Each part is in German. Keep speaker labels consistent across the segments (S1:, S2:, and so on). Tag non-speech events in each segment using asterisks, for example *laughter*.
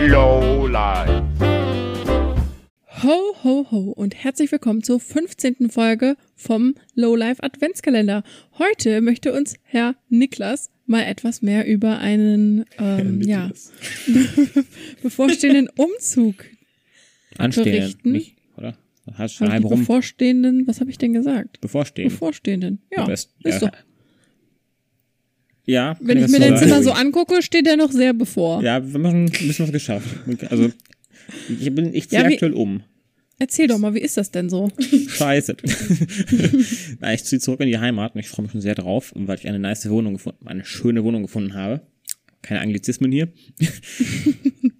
S1: Lowlife.
S2: Ho, ho, ho und herzlich willkommen zur 15. Folge vom Lowlife Adventskalender. Heute möchte uns Herr Niklas mal etwas mehr über einen ähm, ja,
S3: *laughs*
S2: bevorstehenden Umzug,
S3: Anstehen,
S2: berichten.
S3: nicht, oder? Hast schon
S2: Hab ich
S3: halb
S2: die
S3: rum.
S2: bevorstehenden, was habe ich denn gesagt?
S3: Bevorstehen.
S2: Bevorstehenden, ja,
S3: Am besten.
S2: ist
S3: Ja.
S2: so.
S3: ja,
S2: Wenn ich
S3: das
S2: mir
S3: so
S2: dein
S3: sagen.
S2: Zimmer so angucke, steht er noch sehr bevor.
S3: Ja, wir machen ein bisschen was geschafft. Also, ich bin, ich ziehe
S2: Ja, wie-
S3: aktuell um.
S2: Erzähl doch mal, wie ist das denn so?
S3: *laughs* Scheiße. Na, ich ziehe zurück in die Heimat und ich freue mich schon sehr drauf, weil ich eine nice Wohnung gefunden, eine schöne Wohnung gefunden habe. Keine Anglizismen hier. *laughs*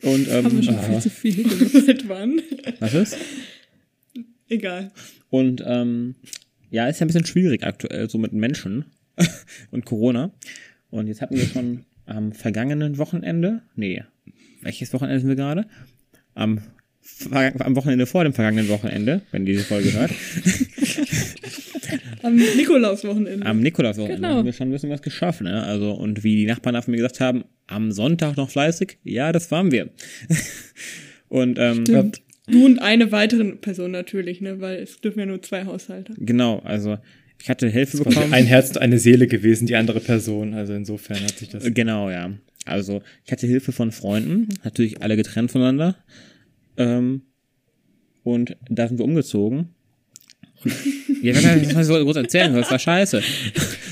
S3: und,
S2: Haben wir
S3: ähm,
S2: schon
S3: aha.
S2: viel zu viel. gemacht.
S4: *laughs* Seit wann?
S3: was ist?
S4: Egal.
S3: Und ähm, ja, ist ja ein bisschen schwierig aktuell, so mit Menschen *laughs* und Corona. Und jetzt hatten wir schon am vergangenen Wochenende, nee, welches Wochenende sind wir gerade? Am, ver- am Wochenende vor dem vergangenen Wochenende, wenn ihr diese Folge
S2: *laughs*
S3: hört,
S4: Am Nikolauswochenende.
S3: am Nikolauswochenende
S2: Genau.
S3: haben wir schon ein bisschen was geschafft. Ne? Also, und wie die Nachbarn von mir gesagt haben, am Sonntag noch fleißig, ja, das waren wir. *laughs* und ähm,
S2: Stimmt.
S4: Du und eine weitere Person natürlich, ne? Weil es dürfen ja nur zwei Haushalte. *laughs*
S3: genau, also ich hatte Hilfe
S5: Quasi
S3: bekommen.
S5: ein Herz und eine Seele gewesen, die andere Person. Also insofern hat sich das.
S3: Genau, ja. Also ich hatte Hilfe von Freunden, natürlich alle getrennt voneinander. Ähm, und da sind wir umgezogen. Und- Ja, wenn man das mal so groß erzählen, das war scheiße.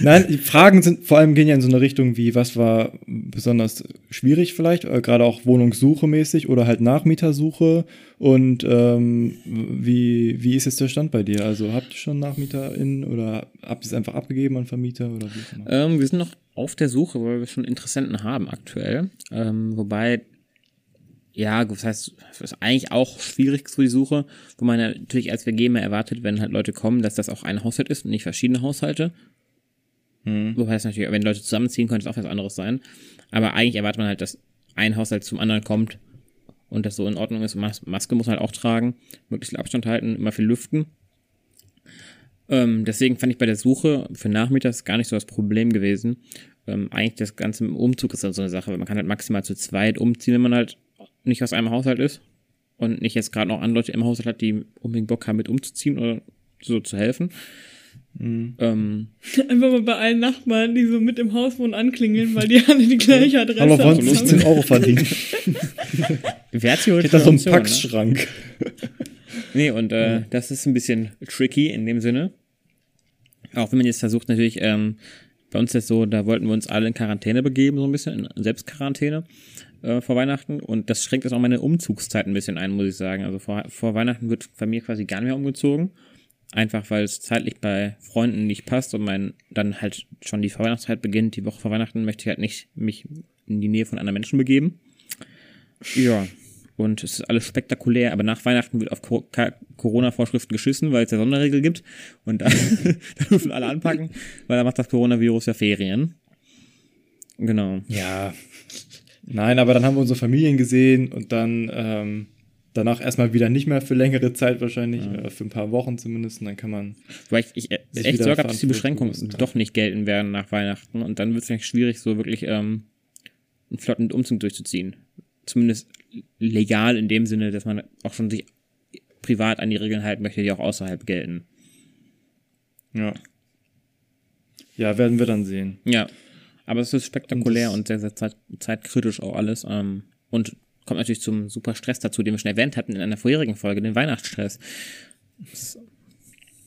S5: Nein, die Fragen sind vor allem gehen ja in so eine Richtung wie, was war besonders schwierig vielleicht, äh, gerade auch Wohnungssuche mäßig oder halt Nachmietersuche und ähm, wie, wie ist jetzt der Stand bei dir? Also habt ihr schon NachmieterInnen oder habt ihr es einfach abgegeben an Vermieter oder wie auch immer?
S3: Ähm, wir sind noch auf der Suche, weil wir schon Interessenten haben aktuell. Ähm, wobei, ja, gut, das heißt, es ist eigentlich auch schwierig so die Suche, wo man natürlich als WG mehr erwartet, wenn halt Leute kommen, dass das auch ein Haushalt ist und nicht verschiedene Haushalte. Wobei es natürlich, wenn Leute zusammenziehen, könnte es auch was anderes sein. Aber eigentlich erwartet man halt, dass ein Haushalt zum anderen kommt und das so in Ordnung ist. Mas Maske muss man halt auch tragen, möglichst viel Abstand halten, immer viel lüften. Ähm, deswegen fand ich bei der Suche für Nachmittags gar nicht so das Problem gewesen. Ähm, eigentlich das Ganze im Umzug ist dann so eine Sache, weil man kann halt maximal zu zweit umziehen, wenn man halt nicht aus einem Haushalt ist und nicht jetzt gerade noch andere Leute im Haushalt hat, die unbedingt Bock haben, mit umzuziehen oder so zu helfen.
S5: Mhm.
S3: Ähm,
S4: Einfach mal bei allen Nachbarn, die so mit im Haus wohnen, anklingeln, weil die alle die gleiche Adresse
S5: Haben wir
S4: haben.
S5: uns 15 Euro *laughs* verdient. Ich
S3: Wer hat theoretisch
S5: hätte da so einen
S3: eine Option, ne?
S5: um Packschrank.
S3: Nee, und äh, das ist ein bisschen tricky in dem Sinne. Auch wenn man jetzt versucht, natürlich, ähm, bei uns ist das so, da wollten wir uns alle in Quarantäne begeben, so ein bisschen, in Selbstquarantäne äh, vor Weihnachten. Und das schränkt jetzt auch meine Umzugszeit ein bisschen ein, muss ich sagen. Also vor, vor Weihnachten wird bei mir quasi gar nicht mehr umgezogen. Einfach weil es zeitlich bei Freunden nicht passt und mein, dann halt schon die Vorweihnachtszeit beginnt, die Woche vor Weihnachten möchte ich halt nicht mich in die Nähe von anderen Menschen begeben. Ja. Und es ist alles spektakulär, aber nach Weihnachten wird auf Co- Ka- Corona-Vorschriften geschissen, weil es ja Sonderregel gibt. Und da, *laughs* da dürfen alle anpacken, weil da macht das Coronavirus ja Ferien. Genau.
S5: Ja. Nein, aber dann haben wir unsere Familien gesehen und dann ähm, danach erstmal wieder nicht mehr für längere Zeit wahrscheinlich, äh, für ein paar Wochen zumindest. Und dann kann man.
S3: Weil ich, ich, echt Sorge habe, dass
S5: Ist wieder
S3: die
S5: verantwortungsbewusst
S3: Beschränkungen
S5: dran.
S3: doch nicht gelten werden nach Weihnachten. Und dann wird es vielleicht schwierig, so wirklich ähm, einen flotten Umzug durchzuziehen. Zumindest legal in dem Sinne, dass man auch schon sich privat an die Regeln halten möchte, die auch außerhalb gelten.
S5: Ja. Ja, werden wir dann sehen.
S3: Ja, aber es ist spektakulär
S5: Und das-
S3: und, sehr, sehr zeit, zeitkritisch auch alles. Ähm, und kommt natürlich zum super Stress dazu, den wir schon erwähnt hatten in einer vorherigen Folge, den Weihnachtsstress.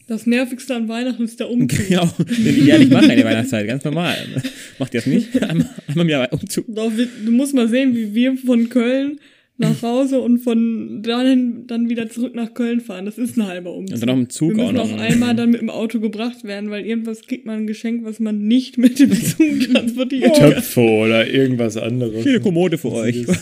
S4: Das nervigste an Weihnachten ist der Umzug.
S3: Genau, den ich jährlich mache in der Weihnachtszeit, ganz normal. *laughs* Macht ihr das nicht? Einmal, einmal im Jahr Umzug.
S4: Doch, wir- Du musst mal sehen, wie wir von Köln nach Hause und von dahin dann wieder zurück nach Köln fahren. Das ist ein halber Umzug.
S3: Und dann Also noch im Zug
S4: Wir
S3: auch
S4: müssen
S3: noch. ne?
S4: auch einmal dann mit dem Auto gebracht werden, weil irgendwas kriegt man ein Geschenk, was man nicht mit dem
S3: *laughs*
S4: Zug transportiert.
S5: Töpfe oder irgendwas anderes.
S3: Hier, Kommode für euch. *laughs*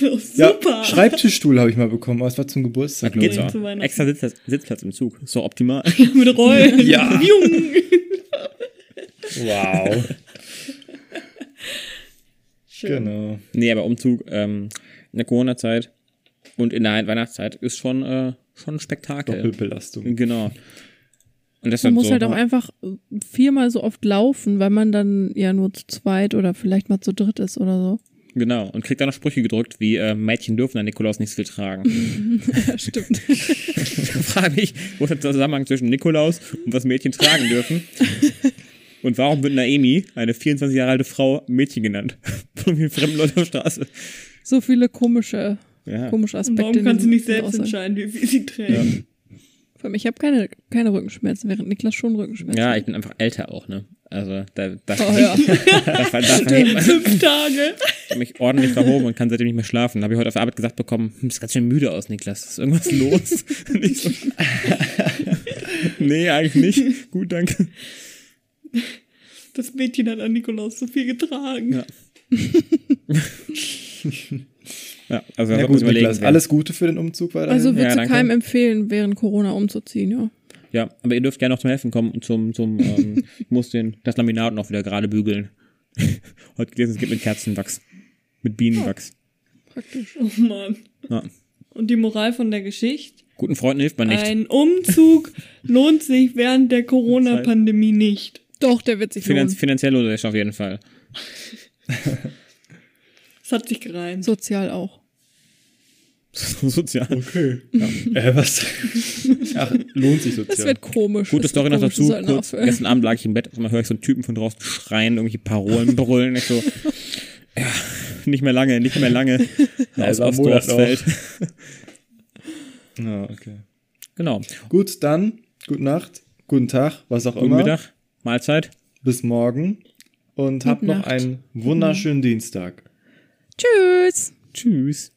S4: So,
S5: Ja,
S4: Super.
S5: Schreibtischstuhl habe ich mal bekommen, aber es war zum Geburtstag.
S3: Geht's
S5: glaub
S3: auch.
S4: zu Weihnachten.
S3: Extra Sitzplatz, Sitzplatz im Zug. So optimal. *laughs*
S4: mit Rollen.
S5: Ja.
S4: Jung.
S5: ich.
S3: *laughs*
S5: Wow. genau.
S3: Nee, aber Umzug ähm, in der Corona-Zeit und in der Weihnachtszeit ist schon, äh, schon ein Spektakel.
S5: Doppelbelastung.
S3: Genau. Und das ne?
S2: Man muss halt auch einfach viermal so oft laufen, weil man dann ja nur zu zweit oder vielleicht mal zu dritt ist oder so.
S3: Genau. Und kriegt dann noch Sprüche gedrückt, wie äh, Mädchen dürfen an Nikolaus nicht so
S2: *laughs*
S3: viel tragen.
S2: Ja, stimmt.
S3: Frage ich, wo ist der Zusammenhang zwischen Nikolaus und was Mädchen tragen dürfen?
S2: *laughs*
S3: Und warum wird Naomi, eine 24 Jahre alte Frau, Mädchen genannt? *laughs* Von mir fremden Leuten auf der Straße.
S2: So viele komische,
S3: Ja.
S2: komische
S4: Und
S2: Aspekte.
S4: warum
S2: in
S4: kann
S2: diesen-
S4: sie nicht
S2: diesen
S4: selbst
S2: Aussagen.
S4: entscheiden, wie sie sie trägt?
S2: Vor allem, ich habe keine, keine Rückenschmerzen, während Niklas schon Rückenschmerzen
S3: Ja,
S2: hat.
S3: ich bin einfach älter auch, ne? Also da, da,
S2: Oh
S3: *laughs*
S2: ja.
S3: da, ver- da verhebt man
S4: Fünf Tage.
S3: mich ordentlich verhoben und kann seitdem nicht mehr schlafen. Da habe ich heute auf der Arbeit gesagt bekommen, hm, ist ganz schön müde aus, Niklas. Ist
S2: *laughs*
S3: irgendwas los? *laughs* Und ich so, nee, eigentlich nicht. Gut, danke.
S4: Das Mädchen hat an Nikolaus so viel getragen.
S3: Ja. Ja, also da sollte
S5: Ja,
S3: man
S5: gut,
S3: sich überlegen,
S5: Niklas,
S3: wer-
S5: alles Gute für den Umzug weiterhin.
S2: Also
S3: Ja,
S2: würdest du
S3: danke.
S2: keinem empfehlen, während Corona umzuziehen, ja.
S3: Ja, aber ihr dürft gerne noch zum Helfen kommen und zum, zum, ähm, ich muss den, das Laminat noch wieder gerade bügeln. *laughs* Heute gelesen, es gibt mit Kerzenwachs. Mit Bienenwachs.
S2: Praktisch.
S4: Oh Mann.
S3: Ja.
S4: Und die Moral von der Geschichte?
S3: Guten Freunden hilft man nicht.
S4: Ein Umzug lohnt sich während der Corona-Pandemie nicht.
S2: Doch, der wird sich
S3: Finanz,
S2: lohnen.
S3: finanziell lohnt sich auf jeden Fall. *laughs*
S4: Es hat sich gereimt.
S2: Sozial auch.
S3: Sozial.
S5: okay. Ja. *laughs*
S3: *laughs*
S5: Äh, was? Ach, lohnt sich
S2: Das
S5: sozial.
S2: wird komisch.
S3: Gute
S2: Das
S3: Story
S2: wird
S3: noch
S2: komisch,
S3: dazu.
S2: wir sollten
S3: Kurz,
S2: aufhören.
S3: gestern Abend lag ich im Bett, auf einmal höre ich so einen Typen von draußen schreien, irgendwelche Parolen brüllen. Ich so, ja, nicht mehr lange, nicht mehr lange. Aus
S5: Halber Monat noch.
S3: Ostdorfsfeld.
S5: Ja, okay.
S3: Genau.
S5: Gut, dann, gute Nacht, guten Tag, was auch
S3: Guten
S5: immer.
S3: Mittag, Mahlzeit.
S5: Bis morgen und habt noch
S2: Nacht.
S5: einen wunderschönen Dienstag.
S2: Tschüss.
S3: Tschüss.